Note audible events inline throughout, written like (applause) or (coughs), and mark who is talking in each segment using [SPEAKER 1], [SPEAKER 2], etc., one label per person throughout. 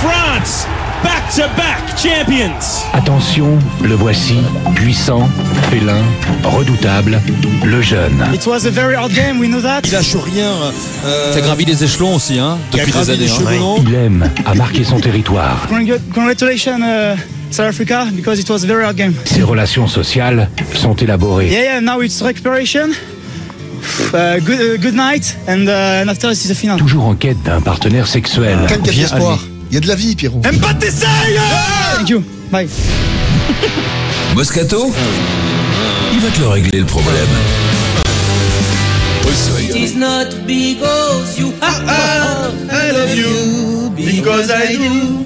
[SPEAKER 1] France, back-to-back champions.
[SPEAKER 2] Attention, le voici, puissant, félin, redoutable, le jeune.
[SPEAKER 3] It was a very hard game, we know that.
[SPEAKER 4] Il lâche rien. euh,
[SPEAKER 5] T'as gravi des échelons aussi, hein,
[SPEAKER 4] il a
[SPEAKER 5] depuis des
[SPEAKER 4] gravi les
[SPEAKER 5] années. hein.
[SPEAKER 4] cheveux longs.
[SPEAKER 2] Il aime à marquer son territoire.
[SPEAKER 3] Congra- Congratulations, uh, South Africa, because it was a very hard game.
[SPEAKER 2] Ses relations sociales sont élaborées.
[SPEAKER 3] Yeah, yeah, now it's recuperation. Uh, good, uh, good night, and, uh, and after this is the final.
[SPEAKER 2] Toujours en quête d'un partenaire sexuel.
[SPEAKER 4] Calme, Cap Espoir. Il y a de la vie, Pierrot.
[SPEAKER 3] Thank you. Bye.
[SPEAKER 4] Ah
[SPEAKER 5] Moscato Il va te le régler le problème.
[SPEAKER 6] It's not because you are. I love you because I do.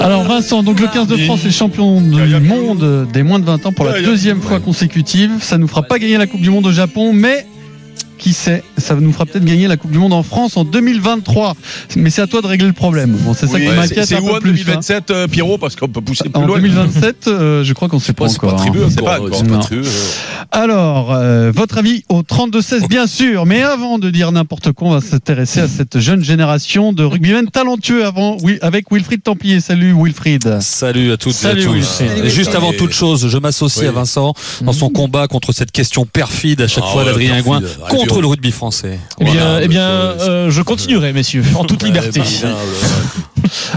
[SPEAKER 7] Alors Vincent, donc le 15 de France est champion du monde des moins de 20 ans pour la deuxième fois consécutive. Ça nous fera pas gagner la Coupe du Monde au Japon, mais qui sait, ça nous fera peut-être gagner la Coupe du Monde en France en 2023. Mais c'est à toi de régler le problème. Bon, c'est ça
[SPEAKER 8] Oui,
[SPEAKER 7] qui
[SPEAKER 8] c'est-
[SPEAKER 7] m'inquiète
[SPEAKER 8] C'est
[SPEAKER 7] un
[SPEAKER 8] où
[SPEAKER 7] peu
[SPEAKER 8] en
[SPEAKER 7] plus. hein.
[SPEAKER 8] 2027, euh, Pierrot Parce qu'on peut pousser plus
[SPEAKER 7] En
[SPEAKER 8] loin.
[SPEAKER 7] 2027, euh, je crois qu'on sait pas
[SPEAKER 8] Ouais, c'est
[SPEAKER 7] encore.
[SPEAKER 8] pas
[SPEAKER 7] hein.
[SPEAKER 8] tribu, c'est pas
[SPEAKER 7] Non.
[SPEAKER 8] encore. C'est pas tribu, euh.
[SPEAKER 7] Alors, euh, votre avis au 32-16, bien sûr. Mais avant de dire n'importe quoi, on va s'intéresser à cette jeune génération de rugbymen talentueux avant, oui, avec Wilfried Templier. Salut Wilfried.
[SPEAKER 5] Salut à toutes
[SPEAKER 7] Salut,
[SPEAKER 5] et à tous.
[SPEAKER 7] Wilfried.
[SPEAKER 5] Et Juste avant toute chose, je m'associe
[SPEAKER 8] Oui.
[SPEAKER 5] à Vincent dans son combat contre cette question perfide à chaque
[SPEAKER 8] Ah
[SPEAKER 5] fois
[SPEAKER 8] ouais,
[SPEAKER 5] d'Adrien
[SPEAKER 8] perfide.
[SPEAKER 5] Gouin
[SPEAKER 8] Ah,
[SPEAKER 5] contre
[SPEAKER 8] dur.
[SPEAKER 5] le rugby français.
[SPEAKER 9] Eh bien,
[SPEAKER 8] Voilà,
[SPEAKER 9] eh bien
[SPEAKER 8] monsieur, bah,
[SPEAKER 9] euh, je continuerai, messieurs, en toute liberté.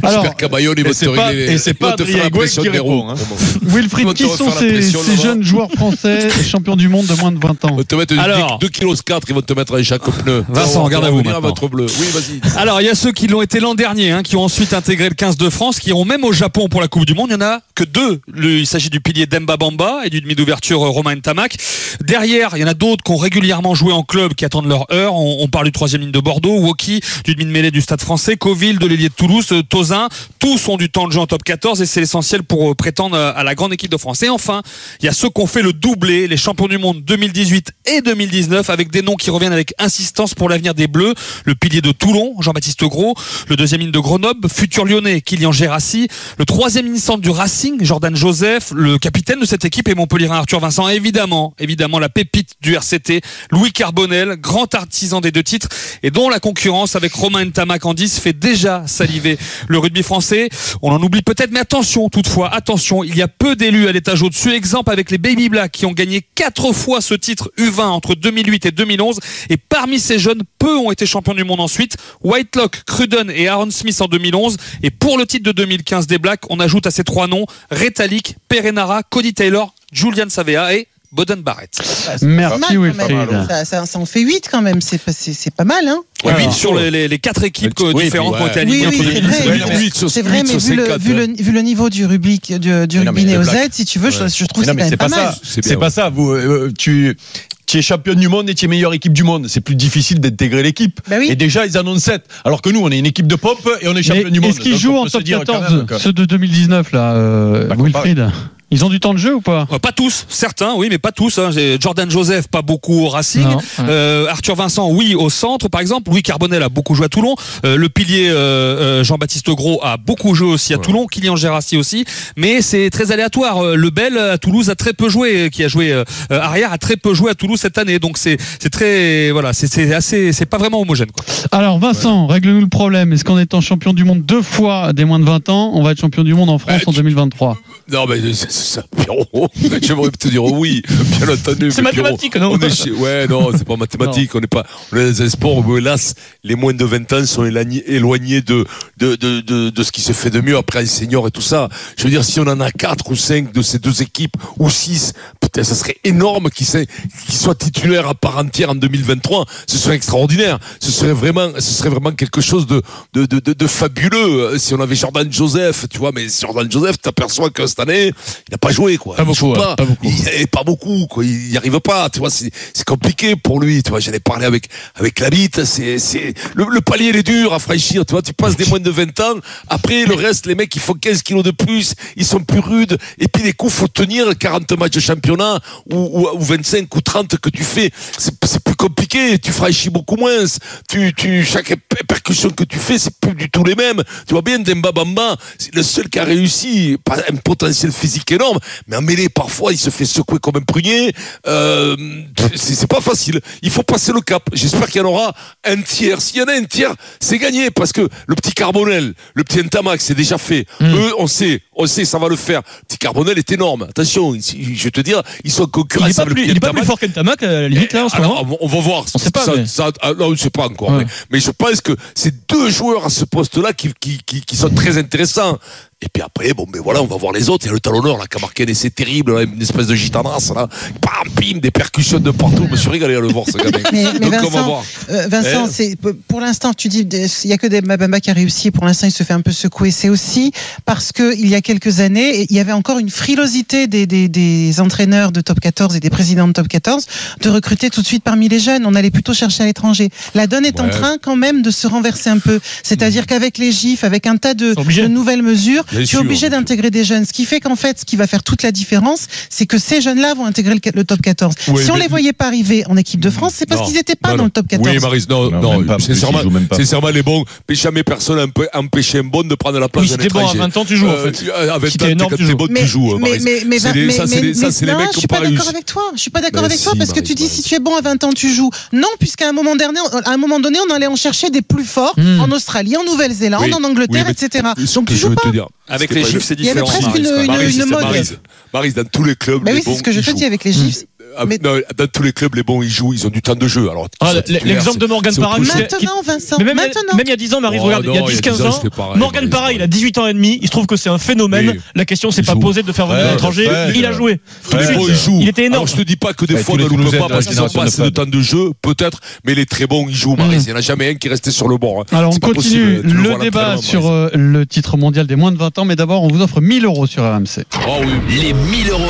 [SPEAKER 7] Alors,
[SPEAKER 10] Super Camaillon, il
[SPEAKER 8] Et
[SPEAKER 10] va
[SPEAKER 8] c'est
[SPEAKER 10] te
[SPEAKER 8] pas-
[SPEAKER 10] régler-
[SPEAKER 8] et c'est
[SPEAKER 10] il
[SPEAKER 8] pas
[SPEAKER 10] va te faire
[SPEAKER 8] Adrien
[SPEAKER 10] la
[SPEAKER 8] Gouin
[SPEAKER 10] pression
[SPEAKER 8] qui
[SPEAKER 10] des
[SPEAKER 8] répond,
[SPEAKER 10] roues.
[SPEAKER 8] hein.
[SPEAKER 7] Wilfried,
[SPEAKER 10] Comment
[SPEAKER 7] qui
[SPEAKER 10] on va
[SPEAKER 7] sont
[SPEAKER 10] faire la
[SPEAKER 7] ces,
[SPEAKER 10] pression,
[SPEAKER 7] ces
[SPEAKER 10] Laurent
[SPEAKER 7] jeunes joueurs
[SPEAKER 8] (laughs)
[SPEAKER 7] français champions du monde de moins de 20 ans
[SPEAKER 10] On va te mettre
[SPEAKER 9] Alors.
[SPEAKER 10] 2 kg 4, ils vont te mettre un chaque pneu.
[SPEAKER 5] Vincent,
[SPEAKER 10] Ça, on va
[SPEAKER 5] garde à vous
[SPEAKER 10] revenir
[SPEAKER 5] maintenant.
[SPEAKER 10] votre bleu. Oui, vas-y.
[SPEAKER 5] Alors, il y a ceux qui l'ont été l'an dernier, hein, qui ont ensuite intégré le 15 de France, qui iront même au Japon pour la Coupe du Monde. Il n'y en a que deux. Le- il s'agit du pilier Demba Bamba et du demi d'ouverture euh, Romain Tamak. Derrière, il y en a d'autres qui ont régulièrement joué en club, qui attendent leur heure. On, on parle du troisième ligne de Bordeaux, Woki, du demi de mêlée du Stade français, Coville, de l'ailier de Toulouse, euh, Tozin. Tous ont du temps de jeu en top 14 et c'est l'essentiel pour euh, prétendre euh, à la grande équipe de France. Et enfin, il y a ceux qui ont fait le doublé, les champions du monde 2018 et 2019, avec des noms qui reviennent avec insistance pour l'avenir des Bleus. Le pilier de Toulon, Jean-Baptiste Gros, le deuxième ligne de Grenoble, futur lyonnais, Kylian Gérassi, le troisième ligne centre du Racing, Jordan Joseph, le capitaine de cette équipe et Montpellierin Arthur Vincent. Et évidemment, évidemment, la pépite du RCT, Louis Carbonel, grand artisan des deux titres et dont la concurrence avec Romain Ntamak en 10 fait déjà saliver le rugby français. On en oublie peut-être, mais attention toutefois, attention, il y a peu d'élus à l'étage au-dessus. Exemple avec les Baby Black qui ont gagné quatre fois ce titre U20 entre 2008 et 2011. Et parmi ces jeunes, peu ont été champions du monde ensuite. Whitelock, Cruden et Aaron Smith en 2011. Et pour le titre de 2015 des Blacks, on ajoute à ces trois noms Retalik, Perenara, Cody Taylor, Julian Savea et Boden Barrett.
[SPEAKER 11] Ah,
[SPEAKER 7] Merci
[SPEAKER 4] mal,
[SPEAKER 7] Wilfried.
[SPEAKER 11] Ça, ça- ça en fait 8 quand même, c'est pas, c'est- c'est pas mal. Hein
[SPEAKER 5] Huit sur les, les- les quatre équipes euh,
[SPEAKER 10] Oui,
[SPEAKER 5] différentes
[SPEAKER 10] ouais.
[SPEAKER 5] qui ont été
[SPEAKER 11] oui,
[SPEAKER 5] alignées
[SPEAKER 11] oui,
[SPEAKER 5] entre
[SPEAKER 11] c'est
[SPEAKER 5] 2019 et
[SPEAKER 11] vrai.
[SPEAKER 5] 2018.
[SPEAKER 11] C'est vrai, mais vu le, vu, le, vu le niveau du rugby, du, du
[SPEAKER 8] non,
[SPEAKER 11] rugby
[SPEAKER 8] mais les
[SPEAKER 11] néo-z,
[SPEAKER 8] Blacks.
[SPEAKER 11] si tu veux, je, je trouve
[SPEAKER 8] Mais
[SPEAKER 11] que
[SPEAKER 8] non,
[SPEAKER 11] c'est
[SPEAKER 8] mais c'est pas
[SPEAKER 11] quand même pas, mal.
[SPEAKER 8] ça.
[SPEAKER 10] C'est bien,
[SPEAKER 8] C'est pas ça. Vous, euh, tu, tu es championne du monde et tu es meilleure équipe du monde. C'est plus difficile d'intégrer l'équipe.
[SPEAKER 11] Bah oui.
[SPEAKER 8] Et déjà, ils annoncent 7. Alors que nous, on est une équipe de pop et on est
[SPEAKER 7] Mais
[SPEAKER 8] championne du monde.
[SPEAKER 7] Est-ce qu'ils
[SPEAKER 8] Donc,
[SPEAKER 7] jouent
[SPEAKER 8] on
[SPEAKER 7] en
[SPEAKER 8] peut se
[SPEAKER 7] top
[SPEAKER 8] dire quand
[SPEAKER 7] 14,
[SPEAKER 8] même que-
[SPEAKER 7] ceux de 2019 là, euh,
[SPEAKER 8] Bah,
[SPEAKER 7] Wilfried Ils ont du temps de jeu ou pas
[SPEAKER 5] Euh, Pas tous, certains, oui, mais pas tous. hein. J'ai- Jordan Joseph, pas beaucoup au Racing.
[SPEAKER 9] Non, ouais.
[SPEAKER 5] Euh, Arthur Vincent, oui, au centre, par exemple. Louis Carbonel a beaucoup joué à Toulon. Euh, le pilier euh, euh, Jean-Baptiste Gros a beaucoup joué aussi à Toulon. Kylian Gérassi aussi. Mais c'est très aléatoire. Euh, Le Bel à Toulouse a très peu joué, euh, qui a joué euh, euh, arrière, a très peu joué à Toulouse cette année. Donc c'est c'est très voilà, c'est- c'est assez, c'est pas vraiment homogène. Quoi.
[SPEAKER 7] Alors Vincent, règle-nous le problème. Est-ce qu'en étant champion du monde deux fois des moins de 20 ans, on va être champion du monde en France
[SPEAKER 8] Eh,
[SPEAKER 10] Bah,
[SPEAKER 7] en
[SPEAKER 10] tu-
[SPEAKER 7] 2023
[SPEAKER 10] Non, mais c'est c'est ça, Pierrot. (laughs) J'aimerais te dire oh oui, bien entendu.
[SPEAKER 9] C'est
[SPEAKER 10] mais Pierrot,
[SPEAKER 9] mathématique, non
[SPEAKER 10] on est chez- Ouais, non, c'est pas mathématique. On est pas. On est dans un sport où, hélas, les moins de 20 ans sont éloignés, éloignés de, de, de, de, de ce qui se fait de mieux après les seniors et tout ça. Je veux dire, si on en a 4 ou 5 de ces deux équipes, ou 6, putain, ça serait énorme qu'ils s'in- qu'ils soient titulaires à part entière en 2023. Ce serait extraordinaire. Ce serait vraiment, ce serait vraiment quelque chose de, de, de, de, de fabuleux. Euh, Si on avait Jordan Joseph, tu vois, mais Jordan Joseph, t'aperçois que cette année, il n'a pas joué, quoi.
[SPEAKER 9] Pas
[SPEAKER 10] Il
[SPEAKER 9] beaucoup,
[SPEAKER 10] joue
[SPEAKER 9] ouais, pas beaucoup.
[SPEAKER 10] Il- et pas beaucoup, quoi. Il n'y arrive pas, tu vois. C'est c'est compliqué pour lui, tu vois. J'allais parler avec, avec la bite. C'est, c'est, le, le palier, il est dur à franchir, tu vois. Tu passes des moins de 20 ans. Après, le reste, les mecs, ils font 15 kilos de plus. Ils sont plus rudes. Et puis, les coups, faut tenir 40 matchs de championnat ou, ou, ou 25 ou 30 que tu fais. C'est, c'est plus compliqué. Tu franchis beaucoup moins. Tu, tu, chaque per- percussion que tu fais, fait, c'est plus du tout les mêmes. Tu vois bien, Demba Bamba, c'est le seul qui a réussi, par un potentiel physique énorme, mais en mêlée, parfois, il se fait secouer comme un prunier. Euh, c'est c'est pas facile. Il faut passer le cap. J'espère qu'il y en aura un tiers. S'il y en a un tiers, c'est gagné, parce que le petit Carbonel, le petit Ntamak, c'est déjà fait.
[SPEAKER 9] Mm.
[SPEAKER 10] Eux, on sait, on sait, ça va le faire. Le petit Carbonel est énorme. Attention, je vais te dire, ils sont concurrents.
[SPEAKER 8] Ah,
[SPEAKER 9] Il est pas
[SPEAKER 10] avec le
[SPEAKER 9] plus,
[SPEAKER 10] petit
[SPEAKER 9] il est pas
[SPEAKER 10] Ntamak.
[SPEAKER 9] plus fort qu'Entamac, à la
[SPEAKER 8] Eh,
[SPEAKER 9] limite, là, en ce
[SPEAKER 10] Alors,
[SPEAKER 9] moment.
[SPEAKER 10] on va voir.
[SPEAKER 9] On sait pas,
[SPEAKER 10] Ça-
[SPEAKER 9] mais-
[SPEAKER 10] ça- ah, non, on sait pas encore. Mais, mais je pense que c'est deux joueurs à ce poste-là qui, qui, qui, qui sont très intéressants. Et puis après, bon, mais voilà, on va voir les autres. Il y a le talonneur, là, qui a marqué un essai terrible, là, une espèce de gitanasse, là. Pam, pim, des percussions de partout. Je me suis régalé à le voir, ce gamin.
[SPEAKER 11] Mais, mais
[SPEAKER 10] Donc, on va
[SPEAKER 11] Vincent,
[SPEAKER 10] voir.
[SPEAKER 11] euh, Vincent,
[SPEAKER 10] Eh.
[SPEAKER 11] c'est- p- pour l'instant, tu dis des- il y a que des Mabamba qui a réussi. Pour l'instant, il se fait un peu secouer. C'est aussi parce que il y a quelques années, il y avait encore une frilosité des, des, des entraîneurs de Top 14 et des présidents de Top 14 de recruter tout de suite parmi les jeunes. On allait plutôt chercher à l'étranger. La donne est en
[SPEAKER 10] Ouais. Mm.
[SPEAKER 11] train quand même de se renverser un peu. C'est-à-dire qu'avec les gifs, avec un tas de, de nouvelles mesures,
[SPEAKER 10] Bien
[SPEAKER 11] tu es
[SPEAKER 10] sûr.
[SPEAKER 11] obligé d'intégrer des jeunes. Ce qui fait qu'en fait, ce qui va faire toute la différence, c'est que ces jeunes-là vont intégrer le, le Top 14.
[SPEAKER 10] Ouais,
[SPEAKER 11] si on
[SPEAKER 10] mais- Mm.
[SPEAKER 11] les voyait pas arriver en équipe de France, c'est parce
[SPEAKER 10] Non,
[SPEAKER 11] qu'ils n'étaient pas
[SPEAKER 10] non,
[SPEAKER 11] dans
[SPEAKER 10] non.
[SPEAKER 11] le top 14.
[SPEAKER 10] Oui, Maris, non,
[SPEAKER 8] Non,
[SPEAKER 10] non,
[SPEAKER 8] même pas,
[SPEAKER 10] c'est
[SPEAKER 8] parce
[SPEAKER 10] sûrement,
[SPEAKER 8] qu'ils jouent même pas.
[SPEAKER 10] c'est sûrement les bons. Mais jamais personne n'a peut- empêché un bon de prendre la place
[SPEAKER 9] Oui,
[SPEAKER 10] d'un
[SPEAKER 9] si t'es bon à
[SPEAKER 10] étranger.
[SPEAKER 9] 20 ans, tu joues, en
[SPEAKER 10] Euh,
[SPEAKER 9] fait.
[SPEAKER 10] à 20
[SPEAKER 9] Si
[SPEAKER 10] ans,
[SPEAKER 9] t'es énorme,
[SPEAKER 10] quand
[SPEAKER 9] tu
[SPEAKER 10] t'es
[SPEAKER 9] joues.
[SPEAKER 10] bon,
[SPEAKER 11] mais,
[SPEAKER 10] tu joues, hein,
[SPEAKER 11] mais,
[SPEAKER 10] Maris.
[SPEAKER 11] mais, mais,
[SPEAKER 10] C'est les-
[SPEAKER 11] mais-
[SPEAKER 10] ça, c'est les-
[SPEAKER 11] mais-
[SPEAKER 10] ça, c'est les
[SPEAKER 11] non,
[SPEAKER 10] mecs
[SPEAKER 11] je
[SPEAKER 10] qui
[SPEAKER 11] suis
[SPEAKER 10] ont
[SPEAKER 11] pas
[SPEAKER 10] pas
[SPEAKER 11] d'accord
[SPEAKER 10] réussi.
[SPEAKER 11] avec toi. Je suis pas d'accord
[SPEAKER 10] Ben
[SPEAKER 11] avec
[SPEAKER 10] si,
[SPEAKER 11] toi parce que
[SPEAKER 10] Marie,
[SPEAKER 11] tu dis
[SPEAKER 10] Marie.
[SPEAKER 11] si tu es bon à 20 ans, tu joues. Non, puisqu'à un moment dernier, à un moment donné, on allait en chercher des plus forts en Australie, en Nouvelle-Zélande,
[SPEAKER 10] Hmm. Oui.
[SPEAKER 11] en Angleterre,
[SPEAKER 10] Oui, mais
[SPEAKER 11] etc.
[SPEAKER 10] ce
[SPEAKER 11] Donc
[SPEAKER 10] que
[SPEAKER 11] tu
[SPEAKER 10] je
[SPEAKER 11] joues
[SPEAKER 10] veux
[SPEAKER 11] pas.
[SPEAKER 10] te dire,
[SPEAKER 5] Avec
[SPEAKER 10] c'était
[SPEAKER 5] les
[SPEAKER 10] pas
[SPEAKER 5] Gifs, c'est
[SPEAKER 11] Il y avait
[SPEAKER 5] différent.
[SPEAKER 11] presque
[SPEAKER 5] Maryse, quand
[SPEAKER 11] une-
[SPEAKER 5] même.
[SPEAKER 11] une-
[SPEAKER 5] Maryse,
[SPEAKER 11] une
[SPEAKER 5] c'est-
[SPEAKER 11] mode.
[SPEAKER 5] Maryse,
[SPEAKER 10] Maryse, dans tous les clubs, les
[SPEAKER 11] Mais Bah oui, c'est
[SPEAKER 10] bons,
[SPEAKER 11] ce que je
[SPEAKER 10] ils
[SPEAKER 11] te
[SPEAKER 10] jouent.
[SPEAKER 11] dis avec les gifs.
[SPEAKER 10] Ah,
[SPEAKER 11] Mais-
[SPEAKER 10] non, dans tous les clubs, les bons, ils jouent, ils ont du temps de jeu. Alors,
[SPEAKER 9] Ah,
[SPEAKER 10] qu'ils soient
[SPEAKER 9] l-
[SPEAKER 10] titulaires,
[SPEAKER 9] l'exemple
[SPEAKER 10] c'est-
[SPEAKER 9] de Morgan
[SPEAKER 10] c'est autre
[SPEAKER 9] Parra,
[SPEAKER 10] chose.
[SPEAKER 9] Qui-
[SPEAKER 11] Maintenant, Vincent.
[SPEAKER 9] Mais même,
[SPEAKER 11] Maintenant.
[SPEAKER 9] même il y a 10 ans, Maris,
[SPEAKER 10] Oh,
[SPEAKER 9] regarde, il y a
[SPEAKER 10] non, il y a
[SPEAKER 9] 10-15
[SPEAKER 10] 10 ans,
[SPEAKER 9] ans,
[SPEAKER 10] c'était pareil,
[SPEAKER 9] Morgan
[SPEAKER 10] Maryse,
[SPEAKER 9] Parra,
[SPEAKER 10] ouais.
[SPEAKER 9] il a 18 ans et demi, il se trouve que c'est un phénomène.
[SPEAKER 10] Oui.
[SPEAKER 9] La question, c'est
[SPEAKER 10] Il
[SPEAKER 9] pas
[SPEAKER 10] joue.
[SPEAKER 9] posée de faire venir
[SPEAKER 8] Fred,
[SPEAKER 9] un étranger,
[SPEAKER 8] Fred.
[SPEAKER 9] il a joué.
[SPEAKER 10] Tous les
[SPEAKER 8] Fred,
[SPEAKER 10] bons,
[SPEAKER 8] euh,
[SPEAKER 10] ils jouent.
[SPEAKER 9] il était énorme.
[SPEAKER 10] Alors, je te dis pas que des
[SPEAKER 8] Ouais,
[SPEAKER 10] fois,
[SPEAKER 8] tous les
[SPEAKER 10] on ne
[SPEAKER 8] Toulousains
[SPEAKER 10] peut pas
[SPEAKER 8] de la
[SPEAKER 10] parce qu'ils ont pas
[SPEAKER 8] génération de
[SPEAKER 10] assez de
[SPEAKER 8] Fred.
[SPEAKER 10] temps de jeu, peut-être, mais les très bons, ils jouent, Maryse. Il n'y en a jamais un qui restait sur le bord. hein.
[SPEAKER 7] Alors on
[SPEAKER 10] C'est pas
[SPEAKER 7] continue
[SPEAKER 10] possible, tu
[SPEAKER 7] le,
[SPEAKER 10] vois à
[SPEAKER 7] débat
[SPEAKER 10] l'entraînement,
[SPEAKER 7] sur
[SPEAKER 10] Maryse.
[SPEAKER 7] euh, le titre mondial des moins de 20 ans, mais d'abord on vous offre 1000 euros sur RMC.
[SPEAKER 10] Oh oui.
[SPEAKER 12] Les 1000 euros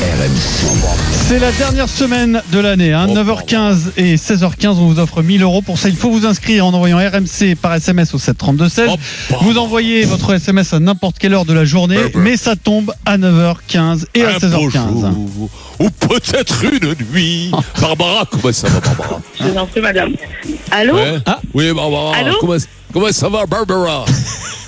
[SPEAKER 12] RMC.
[SPEAKER 7] C'est la dernière semaine de l'année, hein, 9h15 et 16h15, on vous offre 1000 euros. Pour ça, il faut vous inscrire en envoyant RMC par SMS au 732-16. vous envoyez votre SMS à n'importe quelle heure de la journée, mais ça tombe à 9h15 et à
[SPEAKER 10] Un beau
[SPEAKER 7] 16h15.
[SPEAKER 10] jour, Ou peut-être une nuit. Barbara, comment ça va, Barbara
[SPEAKER 13] Je vous en prie, madame. Allô Ah.
[SPEAKER 10] Ouais. Oui, Barbara.
[SPEAKER 13] Allô
[SPEAKER 10] comment, comment ça va,
[SPEAKER 13] (laughs)
[SPEAKER 10] Barbara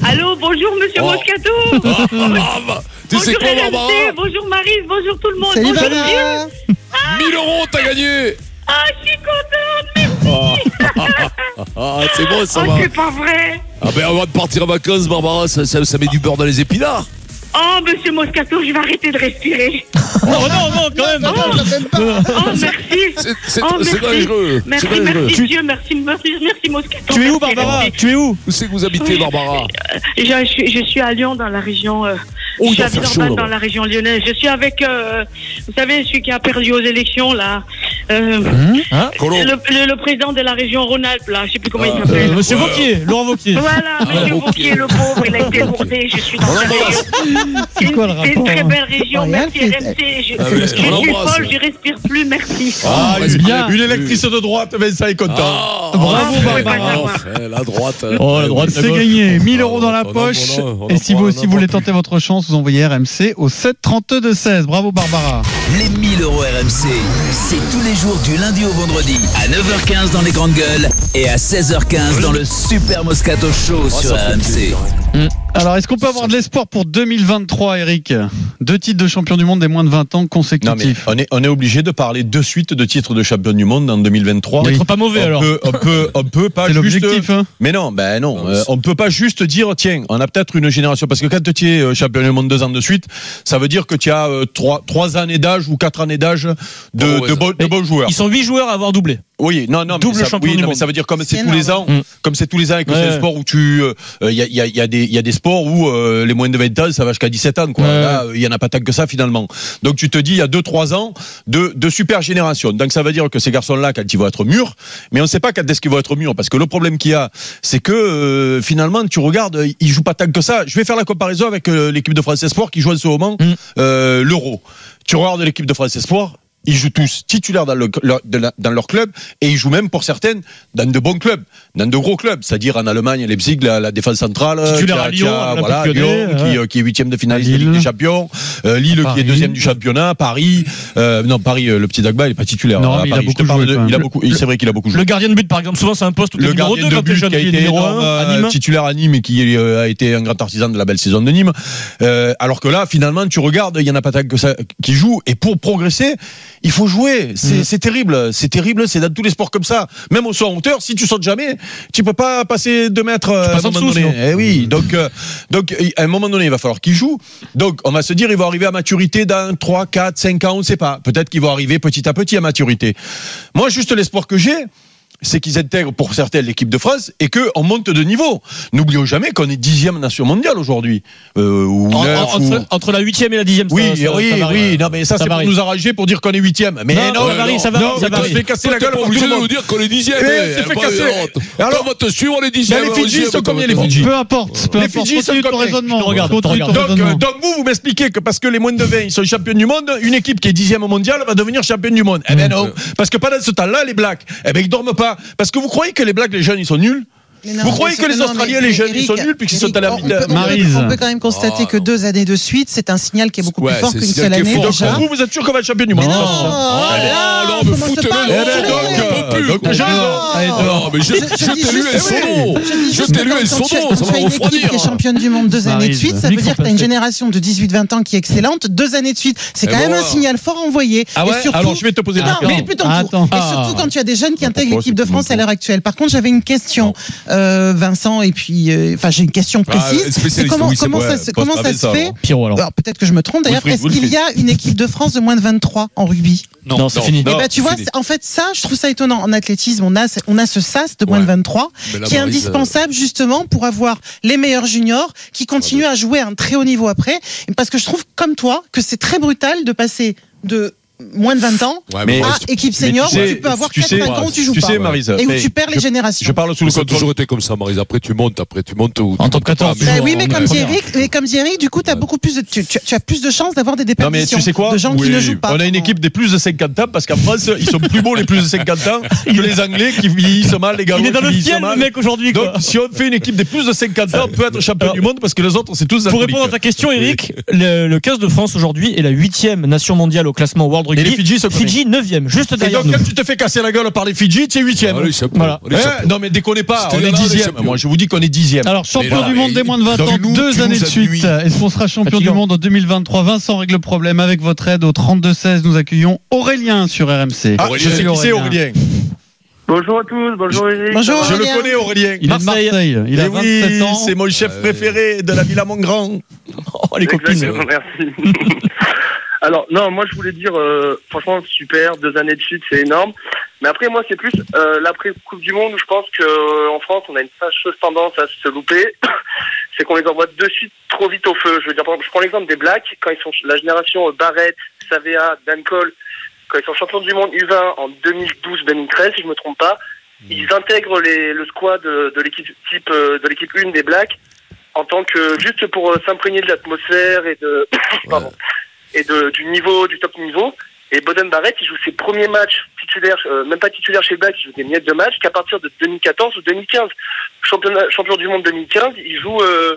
[SPEAKER 13] Allô, bonjour, monsieur
[SPEAKER 10] Oh.
[SPEAKER 13] Moscato
[SPEAKER 10] (laughs) Ah, ah, bah, Tu sais
[SPEAKER 13] Bonjour
[SPEAKER 10] quoi,
[SPEAKER 13] RMC,
[SPEAKER 10] Barbara
[SPEAKER 13] bonjour Marie, bonjour tout le monde,
[SPEAKER 11] Salut,
[SPEAKER 13] bonjour
[SPEAKER 11] Barbara.
[SPEAKER 13] Dieu
[SPEAKER 10] 1000 euros, t'as
[SPEAKER 13] (laughs)
[SPEAKER 10] gagné
[SPEAKER 13] Ah, je suis contente,
[SPEAKER 10] Ah,
[SPEAKER 13] merci
[SPEAKER 10] ah, c'est bon, ça
[SPEAKER 13] Oh,
[SPEAKER 10] va.
[SPEAKER 13] c'est pas vrai
[SPEAKER 10] Ah, ben avant de partir en vacances, Barbara, ça, ça- ça met du beurre dans les épinards.
[SPEAKER 13] Oh, monsieur Moscato, je vais arrêter de respirer
[SPEAKER 9] Oh non, non, quand même.
[SPEAKER 13] Oh, merci
[SPEAKER 10] c'est-
[SPEAKER 13] Oh, merci.
[SPEAKER 10] c'est dangereux, c'est
[SPEAKER 13] Merci,
[SPEAKER 10] dangereux.
[SPEAKER 13] merci
[SPEAKER 10] Tu-
[SPEAKER 13] Dieu, merci, merci, merci Moscato
[SPEAKER 9] Tu es où,
[SPEAKER 13] merci,
[SPEAKER 9] Barbara
[SPEAKER 13] merci.
[SPEAKER 9] Tu es où
[SPEAKER 10] Où c'est que vous habitez,
[SPEAKER 13] Oui.
[SPEAKER 10] Barbara
[SPEAKER 13] je, je suis- je suis à Lyon, dans la région... Euh,
[SPEAKER 10] Oh, il doit
[SPEAKER 13] J'habite
[SPEAKER 10] faire
[SPEAKER 13] en
[SPEAKER 10] chaud,
[SPEAKER 13] bas,
[SPEAKER 10] là-bas.
[SPEAKER 13] dans la région lyonnaise. Je suis avec, euh, vous savez, celui qui a perdu aux élections, là. Euh,
[SPEAKER 9] Hein
[SPEAKER 10] Colo.
[SPEAKER 13] le, le- le président de la région Rhône-Alpes, là, je sais plus comment
[SPEAKER 10] Ah,
[SPEAKER 13] il
[SPEAKER 7] (laughs)
[SPEAKER 13] s'appelle.
[SPEAKER 9] Euh, Monsieur
[SPEAKER 10] Ouais.
[SPEAKER 9] Vauquier, Laurent Vauquier.
[SPEAKER 13] Voilà, monsieur Wauquiez, le pauvre, il a été bourré, je suis dans la région.
[SPEAKER 7] C'est quoi le
[SPEAKER 13] C'est une
[SPEAKER 7] rapport
[SPEAKER 13] très
[SPEAKER 7] hein
[SPEAKER 13] belle région,
[SPEAKER 11] Ouais,
[SPEAKER 13] merci
[SPEAKER 11] elle fait-
[SPEAKER 13] RMC. Je,
[SPEAKER 10] Ah, mais
[SPEAKER 13] je
[SPEAKER 10] on
[SPEAKER 13] suis
[SPEAKER 10] l'embrasse.
[SPEAKER 13] folle, je respire plus, merci.
[SPEAKER 10] Ah,
[SPEAKER 8] une-
[SPEAKER 7] bien.
[SPEAKER 8] Une électrice de droite, Vincent est content.
[SPEAKER 10] Ah,
[SPEAKER 7] Bravo,
[SPEAKER 13] vous pouvez
[SPEAKER 7] Barbara.
[SPEAKER 13] pas savoir.
[SPEAKER 10] Eh, la droite. Euh, Ah,
[SPEAKER 9] Oh, la droite,
[SPEAKER 7] C'est
[SPEAKER 9] gauche.
[SPEAKER 7] gagné, 1000 euros dans la
[SPEAKER 10] On en-
[SPEAKER 7] poche.
[SPEAKER 10] on en- on en
[SPEAKER 7] Et si
[SPEAKER 10] prend- on
[SPEAKER 7] vous
[SPEAKER 10] en
[SPEAKER 7] aussi
[SPEAKER 10] prend
[SPEAKER 7] voulez
[SPEAKER 10] plus.
[SPEAKER 7] tenter votre chance, vous envoyez RMC au 732-16. Bravo Barbara.
[SPEAKER 12] Les 1000 euros RMC, c'est tous les jours du lundi au vendredi à 9h15 dans les grandes gueules et à 16h15 dans le Super Moscato Show sur
[SPEAKER 10] Oh, ça fait
[SPEAKER 12] RMC.
[SPEAKER 10] plaisir.
[SPEAKER 7] Alors, est-ce qu'on peut avoir de l'espoir pour 2023, Eric Deux titres de champion du monde des moins de 20 ans
[SPEAKER 8] Non, mais
[SPEAKER 7] consécutifs.
[SPEAKER 8] on est, on est obligé de parler de suite de titre de champion du monde en 2023.
[SPEAKER 7] Oui.
[SPEAKER 9] D'être pas mauvais
[SPEAKER 8] on
[SPEAKER 9] alors. Ah, euh,
[SPEAKER 8] peut, on peut, on peut pas
[SPEAKER 7] C'est
[SPEAKER 8] juste.
[SPEAKER 7] l'objectif, hein.
[SPEAKER 8] Mais non, ben non,
[SPEAKER 10] Non,
[SPEAKER 8] euh,
[SPEAKER 10] c'est-
[SPEAKER 8] on peut pas juste dire tiens, on a peut-être une génération parce que quand tu es euh, champion du monde deux ans de suite, ça veut dire que tu as euh, trois, trois années d'âge ou quatre années d'âge de,
[SPEAKER 10] Oh, ouais,
[SPEAKER 8] de,
[SPEAKER 10] ça-
[SPEAKER 8] bons- de
[SPEAKER 9] Mais
[SPEAKER 8] bons joueurs.
[SPEAKER 9] Ils sont 8 joueurs à avoir doublé.
[SPEAKER 8] Oui, non, non,
[SPEAKER 9] Double
[SPEAKER 8] mais ça,
[SPEAKER 9] champion
[SPEAKER 8] oui,
[SPEAKER 9] du
[SPEAKER 8] non,
[SPEAKER 9] monde.
[SPEAKER 8] mais ça veut dire comme
[SPEAKER 11] C'est
[SPEAKER 8] c'est tous les ans,
[SPEAKER 9] Mm.
[SPEAKER 8] comme c'est tous les ans et que
[SPEAKER 9] Ouais.
[SPEAKER 8] c'est un sport où tu, euh, il y, a, il y a- il y a des, il y a des sports où euh, les moins de 20 ans, ça va jusqu'à 17 ans, quoi.
[SPEAKER 9] Ouais.
[SPEAKER 8] Là, euh, il y en a pas tant que ça finalement. Donc tu te dis, il y a 2-3 ans de, de super génération. Donc ça veut dire que ces garçons-là, quand ils vont être mûrs, mais on ne sait pas quand est-ce qu'ils vont être mûrs, parce que le problème qu'il y a, c'est que euh, finalement, tu regardes, euh, ils jouent pas tant que ça. Je vais faire la comparaison avec euh, l'équipe de France Espoir qui joue en ce moment
[SPEAKER 9] Mm.
[SPEAKER 8] euh, l'Euro. Tu regardes l'équipe de France Espoir. Ils jouent tous titulaires dans, le- leur, de la- dans leur club et ils jouent même pour certaines dans de bons clubs. dans de gros clubs, c'est-à-dire en Allemagne, Leipzig, la, la défense centrale,
[SPEAKER 9] Titulaire
[SPEAKER 8] qui a-
[SPEAKER 9] à
[SPEAKER 8] qui
[SPEAKER 9] Lyon,
[SPEAKER 8] a-
[SPEAKER 9] Olympique
[SPEAKER 8] voilà,
[SPEAKER 9] Lyonnais,
[SPEAKER 8] Lyon, qui,
[SPEAKER 9] ouais.
[SPEAKER 8] euh, qui est huitième de finaliste de Ligue des Champions, euh, Lille qui est deuxième du championnat, Paris, euh, non Paris, euh, le petit Dagba, il est pas titulaire.
[SPEAKER 9] Non,
[SPEAKER 8] hein, à
[SPEAKER 9] mais il a
[SPEAKER 8] Paris. Je te
[SPEAKER 9] beaucoup
[SPEAKER 8] parle
[SPEAKER 9] joué,
[SPEAKER 8] de-
[SPEAKER 9] quand même.
[SPEAKER 8] il a beaucoup-
[SPEAKER 9] Le-
[SPEAKER 8] c'est vrai qu'il a beaucoup joué.
[SPEAKER 9] Le gardien de but, par exemple, souvent c'est un poste où t'es
[SPEAKER 8] Le
[SPEAKER 9] numéro 2
[SPEAKER 8] gardien de
[SPEAKER 9] quand t'es
[SPEAKER 8] but
[SPEAKER 9] jeune.
[SPEAKER 8] qui a
[SPEAKER 9] il est
[SPEAKER 8] été
[SPEAKER 9] numéro
[SPEAKER 8] énorme,
[SPEAKER 9] un à
[SPEAKER 8] euh,
[SPEAKER 9] Nîmes.
[SPEAKER 8] titulaire à Nîmes et qui euh, a été un grand artisan de la belle saison de Nîmes. Euh, alors que là, finalement, tu regardes, il y en a pas tant que ça qui joue. Et pour progresser, il faut jouer. C'est
[SPEAKER 9] Mm.
[SPEAKER 8] c'est terrible. C'est terrible. C'est dans tous les sports comme ça. Même au saut en hauteur, si tu sautes jamais, tu peux pas passer deux mètres euh, à un
[SPEAKER 9] passes en
[SPEAKER 8] moment
[SPEAKER 9] dessous,
[SPEAKER 8] donné.
[SPEAKER 9] sinon.
[SPEAKER 8] Eh oui. Donc, euh, donc, il- à un moment donné, il va falloir qu'il joue. Donc, on va se dire, il va arriver à maturité dans 3, 4, 5 ans, on ne sait pas. Peut-être qu'il va arriver petit à petit à maturité. Moi, juste l'espoir que j'ai, c'est qu'ils intègrent pour certains l'équipe de France et qu'on monte de niveau. N'oublions jamais qu'on est dixième nation mondiale aujourd'hui. Euh, ou
[SPEAKER 9] En- en-
[SPEAKER 8] neuf, ou-
[SPEAKER 9] entre, entre la 8 et la 10
[SPEAKER 8] Oui, oui,
[SPEAKER 9] hein.
[SPEAKER 8] oui, non, mais ça, c'est pour nous arranger pour dire qu'on est huitième. Mais
[SPEAKER 9] Non,
[SPEAKER 8] non,
[SPEAKER 9] ça varie,
[SPEAKER 8] non,
[SPEAKER 9] ça varie,
[SPEAKER 8] non,
[SPEAKER 9] ça
[SPEAKER 8] mais on
[SPEAKER 9] varie.
[SPEAKER 8] se fait casser la
[SPEAKER 10] Toi,
[SPEAKER 8] gueule pour
[SPEAKER 10] t'es
[SPEAKER 8] tout
[SPEAKER 10] pas obligé
[SPEAKER 8] le
[SPEAKER 10] de nous
[SPEAKER 8] monde.
[SPEAKER 10] dire qu'on est dixième,
[SPEAKER 8] Eh,
[SPEAKER 10] eh,
[SPEAKER 8] on s'est fait
[SPEAKER 10] bah,
[SPEAKER 8] casser.
[SPEAKER 10] honte.
[SPEAKER 8] Alors,
[SPEAKER 10] on va te suivre, on est dixième.
[SPEAKER 8] Dans les
[SPEAKER 10] on
[SPEAKER 8] Fidji,
[SPEAKER 10] dixième,
[SPEAKER 8] ils sont
[SPEAKER 10] toi,
[SPEAKER 8] combien
[SPEAKER 10] toi,
[SPEAKER 8] les
[SPEAKER 10] toi.
[SPEAKER 8] Fidji
[SPEAKER 7] Peu importe, peu
[SPEAKER 8] Les
[SPEAKER 7] importe.
[SPEAKER 8] Fidji, ils sont
[SPEAKER 7] Continue ton
[SPEAKER 8] combien
[SPEAKER 7] raisonnement.
[SPEAKER 8] Je te regarde,
[SPEAKER 7] Continue
[SPEAKER 8] je
[SPEAKER 7] ton
[SPEAKER 8] te regarde.
[SPEAKER 7] raisonnement.
[SPEAKER 8] Donc, euh, donc vous, vous m'expliquez que parce que les moins de 20, ils sont champions du monde, une équipe qui est dixième mondiale va devenir championne du monde. Eh ben non, parce que pendant ce temps-là, les Blacks, eh ben ils dorment pas. Parce que vous croyez que les Blacks, les jeunes, ils sont nuls
[SPEAKER 11] Mais non,
[SPEAKER 8] Vous
[SPEAKER 11] mais
[SPEAKER 8] croyez que
[SPEAKER 11] c'est-
[SPEAKER 8] les
[SPEAKER 11] non,
[SPEAKER 8] Australiens,
[SPEAKER 11] mais
[SPEAKER 8] les jeunes, ils
[SPEAKER 11] Eric,
[SPEAKER 8] sont nuls puisqu'ils sont à la
[SPEAKER 11] on peut- on peut- On peut quand même constater que deux années de suite, c'est un signal qui est beaucoup plus
[SPEAKER 8] Ouais,
[SPEAKER 11] fort
[SPEAKER 8] c'est
[SPEAKER 11] qu'une
[SPEAKER 8] signal
[SPEAKER 11] seule
[SPEAKER 8] qui est
[SPEAKER 11] année
[SPEAKER 8] fort. Donc,
[SPEAKER 11] déjà.
[SPEAKER 8] pour vous, vous êtes sûr qu'on va être champion du monde
[SPEAKER 11] Mais non.
[SPEAKER 8] Oh,
[SPEAKER 11] Oh,
[SPEAKER 8] allez.
[SPEAKER 11] là,
[SPEAKER 10] non, mais
[SPEAKER 11] comment on se
[SPEAKER 10] foutez-le,
[SPEAKER 11] parle
[SPEAKER 10] non,
[SPEAKER 11] Eh ben,
[SPEAKER 10] non,
[SPEAKER 11] donc,
[SPEAKER 10] on peut plus,
[SPEAKER 8] donc,
[SPEAKER 10] quoi.
[SPEAKER 8] je-
[SPEAKER 9] euh,
[SPEAKER 10] Ah, Non, mais je, je
[SPEAKER 11] Je- je dis
[SPEAKER 10] t'ai lu
[SPEAKER 11] juste-
[SPEAKER 10] et
[SPEAKER 11] oui.
[SPEAKER 10] son nom.
[SPEAKER 11] Je dis
[SPEAKER 10] Je
[SPEAKER 11] juste
[SPEAKER 10] t'ai
[SPEAKER 11] que
[SPEAKER 10] lu et
[SPEAKER 11] quand
[SPEAKER 10] son
[SPEAKER 11] tu as-
[SPEAKER 10] nom.
[SPEAKER 11] quand
[SPEAKER 10] Ça
[SPEAKER 11] tu as
[SPEAKER 10] va
[SPEAKER 11] une équipe
[SPEAKER 10] refroidir.
[SPEAKER 11] qui est championne du monde deux années de
[SPEAKER 9] Maryse,
[SPEAKER 11] suite, ça veut
[SPEAKER 9] micro
[SPEAKER 11] dire que tu as une
[SPEAKER 9] passé.
[SPEAKER 11] génération de 18-20 ans qui est excellente, deux années de suite. C'est
[SPEAKER 8] Eh
[SPEAKER 11] quand
[SPEAKER 8] ben
[SPEAKER 11] même un
[SPEAKER 8] voilà.
[SPEAKER 11] signal fort envoyé.
[SPEAKER 8] Ah ouais
[SPEAKER 11] Et surtout-
[SPEAKER 8] Alors, je vais te poser la
[SPEAKER 11] Non,
[SPEAKER 8] question.
[SPEAKER 11] mais plus ton tour.
[SPEAKER 8] Attends.
[SPEAKER 11] Et surtout quand tu as des jeunes qui intègrent
[SPEAKER 8] pourquoi
[SPEAKER 11] l'équipe de
[SPEAKER 8] c'est
[SPEAKER 11] France à l'heure actuelle. Par contre, j'avais une question, euh, Vincent, et puis, euh, enfin, j'ai une question
[SPEAKER 8] Ah,
[SPEAKER 11] précise.
[SPEAKER 8] spécialiste,
[SPEAKER 11] C'est comment
[SPEAKER 8] oui, c'est
[SPEAKER 11] comment
[SPEAKER 8] vrai,
[SPEAKER 11] ça se-
[SPEAKER 8] faut
[SPEAKER 11] comment
[SPEAKER 8] travailler
[SPEAKER 11] ça se
[SPEAKER 8] ça,
[SPEAKER 11] fait
[SPEAKER 8] alors. Pierrot, alors.
[SPEAKER 11] peut-être que je me trompe d'ailleurs.
[SPEAKER 8] Wilfried,
[SPEAKER 11] Est-ce qu'il y a une équipe de France de moins de 23 en rugby
[SPEAKER 5] Non, non, c'est fini.
[SPEAKER 11] eh ben, tu vois, c'est- en fait, ça, je trouve ça étonnant. En athlétisme, on a, ce- on a ce SAS de moins de 23
[SPEAKER 10] Mais là,
[SPEAKER 11] qui est
[SPEAKER 10] Maryse,
[SPEAKER 11] indispensable justement pour avoir les meilleurs juniors qui
[SPEAKER 8] bah.
[SPEAKER 11] continuent à jouer à un très haut niveau après. Parce que je trouve, comme toi, que c'est très brutal de passer de moins de 20 ans
[SPEAKER 8] Ouais, mais-
[SPEAKER 11] à
[SPEAKER 8] mais
[SPEAKER 11] équipe
[SPEAKER 8] tu
[SPEAKER 11] senior
[SPEAKER 8] sais-
[SPEAKER 11] où tu peux avoir
[SPEAKER 8] tu
[SPEAKER 11] 4
[SPEAKER 8] sais-
[SPEAKER 11] 5 ans où tu joues
[SPEAKER 8] tu
[SPEAKER 11] pas.
[SPEAKER 8] sais, Maryse,
[SPEAKER 11] et où
[SPEAKER 8] mais
[SPEAKER 11] tu perds les
[SPEAKER 8] je-
[SPEAKER 11] générations.
[SPEAKER 8] Je parle sous
[SPEAKER 10] Mais
[SPEAKER 8] le
[SPEAKER 10] ça a toujours
[SPEAKER 8] contrôle.
[SPEAKER 10] été comme ça, Marise. Après, tu montes, après, tu montes. ou tu
[SPEAKER 9] En top
[SPEAKER 10] montes pas,
[SPEAKER 9] 14,
[SPEAKER 10] mais
[SPEAKER 11] Bah
[SPEAKER 10] bon,
[SPEAKER 11] oui, mais
[SPEAKER 10] on
[SPEAKER 11] comme
[SPEAKER 10] est-
[SPEAKER 11] dit Eric, mais comme dit Eric, du coup, t'as beaucoup plus de, tu, tu- tu as plus de chances d'avoir des
[SPEAKER 8] Non mais
[SPEAKER 11] déperditions
[SPEAKER 8] tu sais quoi
[SPEAKER 11] de gens
[SPEAKER 8] Oui.
[SPEAKER 11] qui ne jouent pas.
[SPEAKER 8] On a une équipe des plus de 50 ans parce qu'en France ils sont plus beaux les plus de 50 ans que les Anglais qui vieillissent mal les gars.
[SPEAKER 9] Il est dans le fiel, le mec, aujourd'hui,
[SPEAKER 8] (laughs) Donc
[SPEAKER 9] quoi.
[SPEAKER 8] si on fait une équipe des plus de 50 ans, on peut être champion
[SPEAKER 9] Alors,
[SPEAKER 8] du monde parce que les autres c'est tous
[SPEAKER 9] Pour
[SPEAKER 8] alcooliques.
[SPEAKER 9] répondre à ta question, Eric, le, le 15 de France aujourd'hui est la 8 nation mondiale au classement World Rugby.
[SPEAKER 8] Et les Fidji sont combien
[SPEAKER 9] Fidji 9 juste
[SPEAKER 8] Et
[SPEAKER 9] derrière
[SPEAKER 8] donc
[SPEAKER 9] nous.
[SPEAKER 8] quand tu te fais casser la gueule par les Fidji, tu es huitième.
[SPEAKER 10] Ah, les champions,
[SPEAKER 9] Voilà.
[SPEAKER 10] les
[SPEAKER 8] Hein
[SPEAKER 10] champions.
[SPEAKER 8] non mais déconnez pas,
[SPEAKER 10] C'était
[SPEAKER 8] on
[SPEAKER 10] là,
[SPEAKER 8] est
[SPEAKER 10] là, les
[SPEAKER 8] dixième.
[SPEAKER 10] champions.
[SPEAKER 8] Moi je vous dis qu'on est dixième.
[SPEAKER 7] Alors, champion
[SPEAKER 10] Mais là,
[SPEAKER 7] du monde des moins de 20
[SPEAKER 10] donc,
[SPEAKER 7] ans,
[SPEAKER 10] nous, tu
[SPEAKER 7] deux années de
[SPEAKER 10] nous
[SPEAKER 7] suite.
[SPEAKER 10] ennuies.
[SPEAKER 7] Est-ce qu'on sera champion du
[SPEAKER 9] Fatigant.
[SPEAKER 7] monde en 2023 Vincent règle le problème avec votre aide au 32-16. Nous accueillons Aurélien sur RMC.
[SPEAKER 8] Ah, je sais
[SPEAKER 7] Salut
[SPEAKER 8] qui c'est Aurélien.
[SPEAKER 14] Bonjour à tous, bonjour Eric.
[SPEAKER 11] Bonjour,
[SPEAKER 8] Je le
[SPEAKER 11] Aurélien.
[SPEAKER 8] connais Aurélien.
[SPEAKER 7] Il est de Marseille. Il a
[SPEAKER 8] Eh
[SPEAKER 7] 27
[SPEAKER 8] oui,
[SPEAKER 7] ans.
[SPEAKER 8] c'est mon
[SPEAKER 10] Ah,
[SPEAKER 8] chef préféré de la Villa Montgrand. Oh les copines.
[SPEAKER 14] Exactement, merci. (laughs) Alors, non, moi je voulais dire, euh, franchement, super, deux années de suite, c'est énorme. Mais après, moi, c'est plus euh, l'après-Coupe du Monde où je pense qu'en France, on a une fâcheuse tendance à se louper. (coughs) C'est qu'on les envoie de suite trop vite au feu. Je veux dire, par exemple, je prends l'exemple des Blacks, quand ils sont la génération euh, Barrett, Savea, Dan Cole, quand ils sont champions du monde U20 en 2012, 2013, Ben si je me trompe pas, ils intègrent les- le squad euh, de, l'équipe type euh, de l'équipe 1 des Blacks en tant que juste pour euh, s'imprégner de l'atmosphère et de pardon, et de, du niveau du top niveau. Et Boden Barrett, il joue ses premiers matchs titulaires, euh, même pas titulaire chez Black, il joue des miettes de match qu'à partir de 2014 ou 2015. Championnat, champion du monde 2015, il joue euh,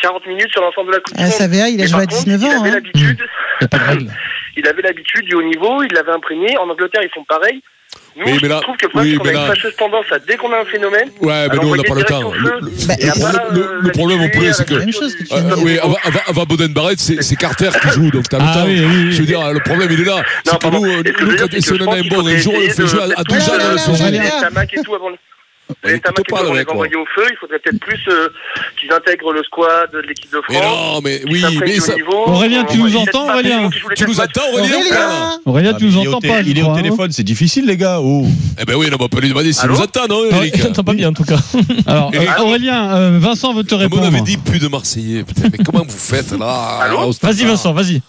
[SPEAKER 14] 40 minutes sur l'ensemble de la Coupe du
[SPEAKER 11] Ah,
[SPEAKER 14] Monde.
[SPEAKER 11] Savea, il a
[SPEAKER 14] Mais
[SPEAKER 11] joué à
[SPEAKER 14] par contre,
[SPEAKER 11] 19
[SPEAKER 14] il
[SPEAKER 11] ans.
[SPEAKER 14] avait
[SPEAKER 11] hein.
[SPEAKER 14] l'habitude
[SPEAKER 9] Il y a pas de règle.
[SPEAKER 14] (laughs) il avait l'habitude du haut niveau, il l'avait imprégné. En Angleterre, ils font pareil. Nous,
[SPEAKER 10] Oui, mais là-
[SPEAKER 14] je trouve que France,
[SPEAKER 10] oui,
[SPEAKER 14] on
[SPEAKER 10] mais
[SPEAKER 14] a une
[SPEAKER 10] là-
[SPEAKER 14] fâcheuse tendance à, dès qu'on a un phénomène,
[SPEAKER 10] Ouais,
[SPEAKER 14] à
[SPEAKER 10] mais nous, on
[SPEAKER 14] l'envoyer
[SPEAKER 10] n'a pas le
[SPEAKER 14] direct
[SPEAKER 10] temps.
[SPEAKER 14] au
[SPEAKER 10] Le,
[SPEAKER 14] feu.
[SPEAKER 10] le-
[SPEAKER 11] Bah,
[SPEAKER 10] le
[SPEAKER 14] et après,
[SPEAKER 10] problème- le-
[SPEAKER 14] euh,
[SPEAKER 10] le problème, au poulet, c'est que.
[SPEAKER 11] la même chose que tu
[SPEAKER 10] Ah,
[SPEAKER 11] viens de
[SPEAKER 10] oui,
[SPEAKER 11] dire.
[SPEAKER 10] avant, avant, avant Boden Barrett, c'est c'est Carter qui joue, donc t'as le
[SPEAKER 9] Ah
[SPEAKER 10] temps.
[SPEAKER 9] oui, oui, oui.
[SPEAKER 10] Je veux dire, le problème, il est là. C'est que
[SPEAKER 14] pardon.
[SPEAKER 10] nous, euh,
[SPEAKER 14] Et ce que je
[SPEAKER 10] nous,
[SPEAKER 14] veux dire,
[SPEAKER 10] quand
[SPEAKER 14] c'est
[SPEAKER 10] si on
[SPEAKER 14] que
[SPEAKER 10] en a un
[SPEAKER 14] je
[SPEAKER 10] bon,
[SPEAKER 14] pense
[SPEAKER 10] un
[SPEAKER 14] qu'il
[SPEAKER 10] jour, on le
[SPEAKER 14] faudrait
[SPEAKER 10] fait jouer à- à
[SPEAKER 14] essayer
[SPEAKER 10] 12 ans dans le
[SPEAKER 11] de- Là, là, là,
[SPEAKER 10] soir.
[SPEAKER 11] j'allais-
[SPEAKER 14] les tamacs et tout avant.
[SPEAKER 10] Mais
[SPEAKER 14] Les tamacs
[SPEAKER 10] t'écoutes
[SPEAKER 14] et tout
[SPEAKER 10] pas, le
[SPEAKER 14] avant de les
[SPEAKER 10] mec,
[SPEAKER 14] envoyer au feu, il faudrait peut-être plus euh, qu'ils intègrent le squad de l'équipe
[SPEAKER 8] Ah,
[SPEAKER 14] de France.
[SPEAKER 9] Oh.
[SPEAKER 10] Mais non,
[SPEAKER 14] qu'ils
[SPEAKER 10] mais oui,
[SPEAKER 14] s'imprègnent
[SPEAKER 10] mais
[SPEAKER 14] du
[SPEAKER 10] ça-
[SPEAKER 14] niveau.
[SPEAKER 7] Aurélien,
[SPEAKER 14] On
[SPEAKER 7] tu nous
[SPEAKER 14] va peut-être
[SPEAKER 7] entends,
[SPEAKER 14] pas
[SPEAKER 7] Aurélien
[SPEAKER 14] payer tous les
[SPEAKER 10] Tu nous
[SPEAKER 14] quatre
[SPEAKER 10] attends,
[SPEAKER 14] matchs.
[SPEAKER 10] Aurélien
[SPEAKER 14] Euh,
[SPEAKER 11] Aurélien
[SPEAKER 7] Aurélien,
[SPEAKER 8] Ah,
[SPEAKER 7] tu
[SPEAKER 8] mais
[SPEAKER 7] nous
[SPEAKER 8] il est
[SPEAKER 7] entends
[SPEAKER 8] au té-
[SPEAKER 7] pas. je
[SPEAKER 8] Il est au
[SPEAKER 7] crois, hein.
[SPEAKER 8] téléphone, c'est difficile les gars. Oh.
[SPEAKER 10] Eh ben oui, on peut lui demander s'il
[SPEAKER 14] Allô
[SPEAKER 10] nous attend, non,
[SPEAKER 9] Ah ouais,
[SPEAKER 10] Eric
[SPEAKER 9] J'entends pas bien en tout cas.
[SPEAKER 7] Alors,
[SPEAKER 10] Eric.
[SPEAKER 7] euh, Aurélien, euh, Vincent veut te
[SPEAKER 8] Ah,
[SPEAKER 10] Mais On
[SPEAKER 7] répondre.
[SPEAKER 10] avait dit plus de Marseillais. Putain, mais comment vous faites là
[SPEAKER 14] Allô
[SPEAKER 8] Ah.
[SPEAKER 10] au stade
[SPEAKER 9] Vas-y Vincent, vas-y.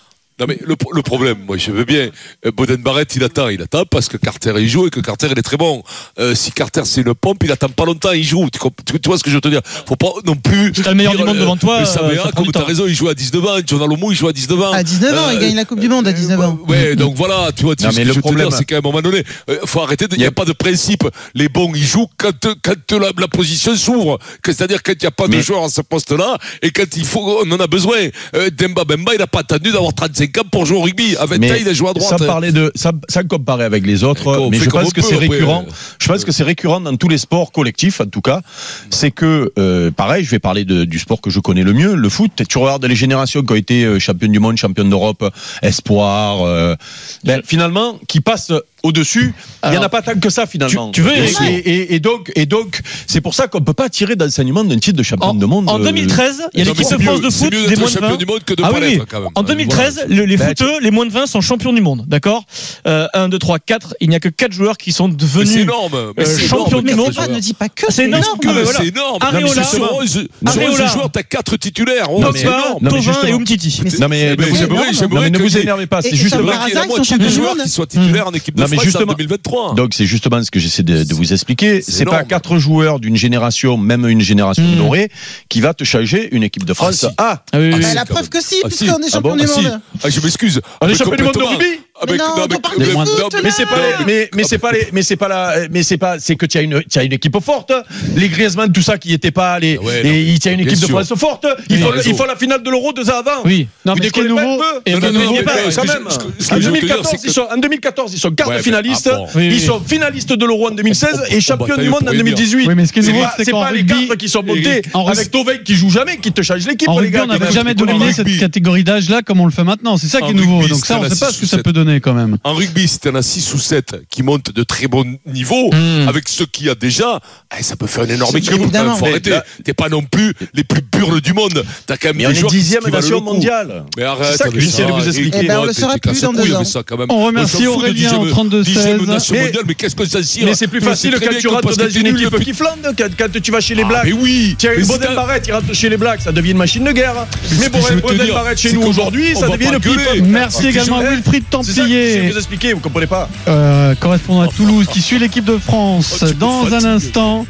[SPEAKER 10] Non mais le, pro- le problème, moi je veux bien, euh, Boden Barrett il attend, il attend parce que Carter il joue et que Carter il est très bon. Euh, si Carter c'est une pompe, il attend pas longtemps, il joue. Tu, comp- tu- tu vois ce que je veux te dire Faut pas non plus.
[SPEAKER 9] C'est le meilleur du monde devant toi,
[SPEAKER 10] Le
[SPEAKER 9] euh,
[SPEAKER 10] Sabéa,
[SPEAKER 9] ça prend
[SPEAKER 10] comme
[SPEAKER 9] du
[SPEAKER 10] t'as
[SPEAKER 9] temps.
[SPEAKER 10] raison, il joue à 19 ans. Jonathan Lomu il joue à 19 ans.
[SPEAKER 11] À 19 ans,
[SPEAKER 10] Euh,
[SPEAKER 11] il gagne la Coupe du Monde à 19 ans.
[SPEAKER 10] Ouais, donc voilà, tu vois, tu
[SPEAKER 8] Non,
[SPEAKER 10] ce
[SPEAKER 8] mais
[SPEAKER 10] que
[SPEAKER 8] le
[SPEAKER 10] je veux te
[SPEAKER 8] problème-
[SPEAKER 10] dire, c'est qu'à un moment donné, euh, faut arrêter, il n'y a pas de principe. Les bons, ils jouent quand, euh, quand la, la position s'ouvre. Que- C'est-à-dire quand il n'y a pas de joueur à ce poste-là et quand il faut, on en a besoin. Euh, Demba Bemba, il n'a pas attendu d'avoir 35 ans pour jouer au rugby. À 20 ans, il a joué à droite. hein.
[SPEAKER 8] Sans parler de, sans, sans comparer avec les autres, mais
[SPEAKER 10] fait
[SPEAKER 8] je
[SPEAKER 10] comme on
[SPEAKER 8] pense que
[SPEAKER 10] peut,
[SPEAKER 8] c'est
[SPEAKER 10] après,
[SPEAKER 8] récurrent.
[SPEAKER 10] euh,
[SPEAKER 8] Je pense que c'est récurrent dans tous les sports collectifs, en tout cas. C'est que, euh, pareil, je vais parler de- du sport que je connais le mieux, le foot. Tu regardes les générations qui ont été euh, championnes du monde, championnes d'Europe, espoir. euh, ben, finalement, qui passent au-dessus, il n'y en a pas tant que ça finalement.
[SPEAKER 9] tu veux,
[SPEAKER 8] et,
[SPEAKER 9] Eric
[SPEAKER 8] et- et- et donc, et donc, c'est pour ça qu'on peut pas tirer d'enseignement d'un titre de champion du monde. euh,
[SPEAKER 9] En 2013, il y a
[SPEAKER 8] Non, mais
[SPEAKER 9] l'équipe
[SPEAKER 8] c'est
[SPEAKER 9] de France
[SPEAKER 8] mieux-
[SPEAKER 9] de
[SPEAKER 8] c'est
[SPEAKER 9] foot
[SPEAKER 8] mieux
[SPEAKER 9] des
[SPEAKER 8] d'être
[SPEAKER 9] moins de 20.
[SPEAKER 8] champion du monde que de
[SPEAKER 9] Ah
[SPEAKER 8] pas
[SPEAKER 9] oui,
[SPEAKER 8] l'être,
[SPEAKER 9] oui.
[SPEAKER 8] quand même.
[SPEAKER 9] En 2013, le- les
[SPEAKER 8] Bah,
[SPEAKER 9] footeux, les moins de 20 sont champions du monde, d'accord euh, 1, 2, 3, 4. Il n'y a que 4 joueurs qui sont devenus
[SPEAKER 10] c'est énorme, mais
[SPEAKER 9] euh,
[SPEAKER 10] c'est
[SPEAKER 9] champions
[SPEAKER 10] énorme,
[SPEAKER 9] du
[SPEAKER 10] quatre
[SPEAKER 9] monde.
[SPEAKER 10] joueurs.
[SPEAKER 11] Ne dis pas que
[SPEAKER 9] C'est énorme.
[SPEAKER 10] Que,
[SPEAKER 9] Ah, mais voilà.
[SPEAKER 10] C'est énorme.
[SPEAKER 9] Areola.
[SPEAKER 10] Non, mais sur onze- sur
[SPEAKER 9] Areola.
[SPEAKER 10] 11 joueurs, t'as 4 titulaires. Oh,
[SPEAKER 9] Non,
[SPEAKER 10] c'est
[SPEAKER 9] mais-
[SPEAKER 10] énorme.
[SPEAKER 9] non, mais Tovin justement. et Umtiti.
[SPEAKER 8] Non, mais- mais c'est bon, non, mais ne vous énervez pas, c'est Et- et juste- ça par
[SPEAKER 10] qu'il y ait
[SPEAKER 8] hasard,
[SPEAKER 10] la
[SPEAKER 8] ils
[SPEAKER 10] moitié
[SPEAKER 8] sont
[SPEAKER 10] des
[SPEAKER 8] champions du
[SPEAKER 10] joueurs
[SPEAKER 8] monde.
[SPEAKER 10] qui soient titulaires en équipe de
[SPEAKER 8] Non, mais
[SPEAKER 10] France en
[SPEAKER 8] justement-
[SPEAKER 10] 2023.
[SPEAKER 8] Donc c'est justement ce que j'essaie de, de vous expliquer. C'est
[SPEAKER 10] énorme.
[SPEAKER 8] pas quatre joueurs d'une génération, même une génération dorée, qui va te changer une équipe de France. Ah,
[SPEAKER 11] oui, oui. Bah, la preuve que si, puisqu'on est champion du monde.
[SPEAKER 10] Ah, je m'excuse.
[SPEAKER 8] On est
[SPEAKER 10] Mais
[SPEAKER 8] champion du monde de
[SPEAKER 10] complètement.
[SPEAKER 8] rugby.
[SPEAKER 10] Ah, mais-
[SPEAKER 11] Mais non,
[SPEAKER 10] non, mais-
[SPEAKER 11] on parle
[SPEAKER 10] mais-
[SPEAKER 11] de
[SPEAKER 10] non,
[SPEAKER 11] foot,
[SPEAKER 10] mais-
[SPEAKER 8] Mais c'est pas, les- mais, mais c'est pas les, mais c'est pas la, mais c'est pas, c'est que tu as une, tu as une équipe forte. Les Griezmann, tout ça, qui n'était pas les,
[SPEAKER 10] Ah ouais, non,
[SPEAKER 8] et il tient une
[SPEAKER 10] bien
[SPEAKER 8] équipe de
[SPEAKER 10] sûr.
[SPEAKER 8] France forte. Il
[SPEAKER 10] Oui,
[SPEAKER 8] faut,
[SPEAKER 10] raison.
[SPEAKER 8] il faut la finale de l'Euro deux ans avant.
[SPEAKER 7] Oui. Non,
[SPEAKER 8] Vous
[SPEAKER 7] mais ce qui est
[SPEAKER 8] déconnez pas un
[SPEAKER 7] nouveau-
[SPEAKER 8] peu
[SPEAKER 7] et
[SPEAKER 8] Non,
[SPEAKER 7] ce qui
[SPEAKER 8] non,
[SPEAKER 7] est
[SPEAKER 8] non,
[SPEAKER 7] nouveau-
[SPEAKER 8] mais
[SPEAKER 7] ce
[SPEAKER 8] quand
[SPEAKER 7] que je-
[SPEAKER 8] même.
[SPEAKER 7] ce que-
[SPEAKER 10] ce que
[SPEAKER 8] En
[SPEAKER 10] je veux te dire,
[SPEAKER 8] 2014,
[SPEAKER 10] c'est
[SPEAKER 8] ils
[SPEAKER 10] que-
[SPEAKER 8] sont, en 2014, ils sont
[SPEAKER 10] Ouais,
[SPEAKER 8] quart
[SPEAKER 10] mais
[SPEAKER 8] de finalistes.
[SPEAKER 10] ah, bon.
[SPEAKER 7] Oui,
[SPEAKER 8] Ils
[SPEAKER 7] oui.
[SPEAKER 8] sont finalistes de l'Euro en 2016
[SPEAKER 10] on
[SPEAKER 8] et champion
[SPEAKER 10] bataille
[SPEAKER 8] du monde
[SPEAKER 10] pour
[SPEAKER 8] en
[SPEAKER 10] les biens.
[SPEAKER 7] 2018. Oui, mais ce qui est
[SPEAKER 8] C'est
[SPEAKER 7] nouveau,
[SPEAKER 8] pas-
[SPEAKER 7] c'est
[SPEAKER 8] c'est
[SPEAKER 7] qu'en
[SPEAKER 8] pas les
[SPEAKER 7] rugby,
[SPEAKER 8] quatre qui sont montés
[SPEAKER 7] en rugby-
[SPEAKER 8] avec Tovey qui joue jamais, qui te change l'équipe.
[SPEAKER 7] En
[SPEAKER 8] les
[SPEAKER 7] rugby,
[SPEAKER 8] gars,
[SPEAKER 7] on n'avait
[SPEAKER 8] qui-
[SPEAKER 7] jamais
[SPEAKER 8] qui-
[SPEAKER 7] dominé cette catégorie d'âge-là comme on le fait maintenant. C'est ça
[SPEAKER 10] En
[SPEAKER 7] qui est nouveau.
[SPEAKER 10] rugby,
[SPEAKER 7] Donc ça,
[SPEAKER 10] c'est
[SPEAKER 7] on
[SPEAKER 10] la
[SPEAKER 7] ne sait pas
[SPEAKER 10] six
[SPEAKER 7] ce
[SPEAKER 10] ou
[SPEAKER 7] que ça
[SPEAKER 10] sept.
[SPEAKER 7] peut donner quand même.
[SPEAKER 10] En rugby, si t'en as 6 ou 7 qui montent de très bons niveaux,
[SPEAKER 8] Hmm.
[SPEAKER 10] avec ceux qu'il y a déjà, eh, ça peut faire une énorme
[SPEAKER 11] C'est-
[SPEAKER 10] équipe.
[SPEAKER 11] évidemment.
[SPEAKER 10] quand même, faut
[SPEAKER 11] Mais
[SPEAKER 10] arrêter.
[SPEAKER 8] là-
[SPEAKER 10] T'es pas non plus les plus burles du monde. T'as quand même
[SPEAKER 8] Mais
[SPEAKER 10] des
[SPEAKER 8] on est
[SPEAKER 10] joueurs qui-
[SPEAKER 8] dixième
[SPEAKER 10] qui valent
[SPEAKER 8] nation
[SPEAKER 10] le coup.
[SPEAKER 8] mondiale.
[SPEAKER 10] Mais arrête,
[SPEAKER 8] C'est ça que
[SPEAKER 10] avec
[SPEAKER 8] j'essaie de vous
[SPEAKER 10] et-
[SPEAKER 8] expliquer.
[SPEAKER 10] et
[SPEAKER 11] Eh ben, on
[SPEAKER 10] non,
[SPEAKER 11] le
[SPEAKER 10] t'es-
[SPEAKER 11] saura
[SPEAKER 10] t'es
[SPEAKER 11] plus
[SPEAKER 10] cassé
[SPEAKER 11] dans
[SPEAKER 10] le
[SPEAKER 11] deux
[SPEAKER 10] couille
[SPEAKER 11] ans.
[SPEAKER 10] avec ça, quand même.
[SPEAKER 7] On
[SPEAKER 10] s'en
[SPEAKER 7] remercie
[SPEAKER 10] fout de
[SPEAKER 7] Aurélien
[SPEAKER 10] 10e,
[SPEAKER 7] en 32,
[SPEAKER 10] 10e
[SPEAKER 7] 16.
[SPEAKER 10] nation
[SPEAKER 8] Mais-
[SPEAKER 10] mondiale, mais qu'est-ce que ça sert
[SPEAKER 8] Mais c'est plus
[SPEAKER 10] Mais
[SPEAKER 8] facile
[SPEAKER 10] très
[SPEAKER 8] quand
[SPEAKER 10] bien
[SPEAKER 8] tu
[SPEAKER 10] que
[SPEAKER 8] rentres
[SPEAKER 10] parce que
[SPEAKER 8] dans
[SPEAKER 10] t'es
[SPEAKER 8] une
[SPEAKER 10] nul
[SPEAKER 8] équipe
[SPEAKER 10] depuis-
[SPEAKER 8] qui flambe, quand, quand tu vas chez les
[SPEAKER 10] Ah,
[SPEAKER 8] Blacks.
[SPEAKER 10] mais oui. Mais
[SPEAKER 8] Thierry
[SPEAKER 10] si
[SPEAKER 8] Baudel
[SPEAKER 10] t'as-
[SPEAKER 8] Barrett, il rentre chez les Blacks, ça devient une machine de guerre.
[SPEAKER 10] ce
[SPEAKER 8] Mais
[SPEAKER 10] que je veux te
[SPEAKER 8] Baudel
[SPEAKER 10] dire,
[SPEAKER 8] Barrett
[SPEAKER 10] c'est
[SPEAKER 8] chez nous
[SPEAKER 10] qu'on-
[SPEAKER 8] aujourd'hui,
[SPEAKER 10] on
[SPEAKER 8] ça
[SPEAKER 10] va
[SPEAKER 8] devient
[SPEAKER 10] pas
[SPEAKER 8] le
[SPEAKER 10] gueuler.
[SPEAKER 8] pipe.
[SPEAKER 7] Merci également à Wilfried
[SPEAKER 8] C'est ça que j'essaie de
[SPEAKER 7] Templier,
[SPEAKER 8] vous expliquer, vous comprenez pas Oh,
[SPEAKER 7] euh, correspondant à Toulouse, qui suit l'équipe de France dans un instant.